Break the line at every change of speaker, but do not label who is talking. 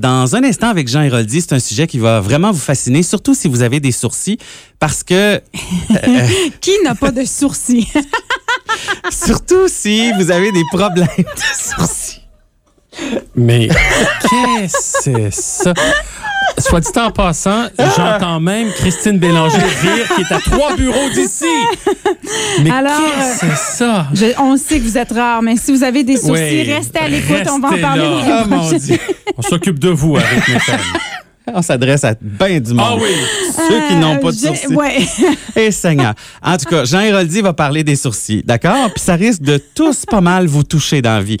Dans un instant avec Jean Héroldi, c'est un sujet qui va vraiment vous fasciner, surtout si vous avez des sourcils, parce que
Qui n'a pas de sourcils?
surtout si vous avez des problèmes de sourcils.
Mais qu'est-ce que c'est ça? Soit dit en passant,
Ah!
j'entends même Christine Bélanger dire qui est à trois bureaux d'ici. Mais
Alors, euh,
qu'est-ce que c'est ça?
Je- on sait que vous êtes rare, mais si vous avez des sourcils,
Oui,
restez à l'écoute. On va en
restez
parler
là.
dans les
Oh mon
prochaines-
Dieu!
On s'occupe de vous
Ah
avec mes femmes.
On s'adresse à bien du
Ah
monde.
oui!
Ceux qui n'ont pas de
Euh, j'ai-
sourcils.
ouais.
Et Eh, Seigneur. En tout cas, Jean Héroldi va parler des sourcils, d'accord? Puis ça risque de tous pas mal vous toucher dans la vie.